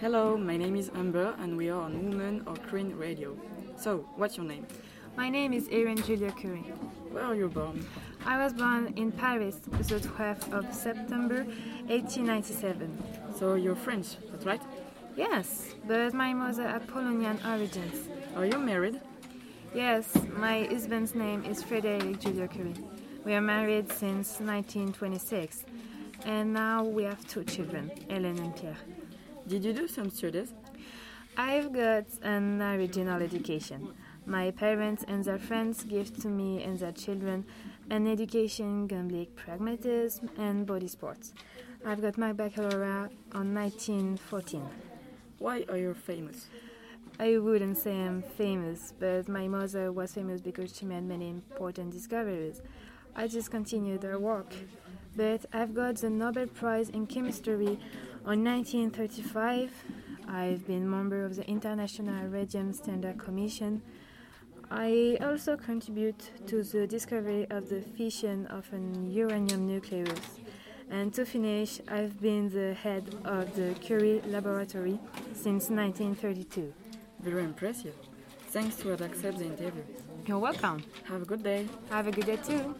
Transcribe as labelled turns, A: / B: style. A: Hello, my name is Amber, and we are on Women or Queen Radio. So, what's your name?
B: My name is Irene Julia Curie.
A: Where are you born?
B: I was born in Paris the 12th of September 1897.
A: So, you're French, that's right?
B: Yes, but my mother had Polonian origins.
A: Are you married?
B: Yes, my husband's name is Frederick Julia Curie. We are married since 1926, and now we have two children, Hélène and Pierre.
A: Did you do some studies?
B: I've got an original education. My parents and their friends give to me and their children an education gambling pragmatism and body sports. I've got my baccalaureate on 1914.
A: Why are you famous?
B: I wouldn't say I'm famous, but my mother was famous because she made many important discoveries. I just continued her work. But I've got the Nobel Prize in Chemistry on 1935. I've been member of the International Radium Standard Commission. I also contribute to the discovery of the fission of an uranium nucleus. And to finish, I've been the head of the Curie Laboratory since 1932.
A: Very impressive. Thanks to have accepted the interview.
B: You're welcome.
A: Have a good day.
B: Have a good day too.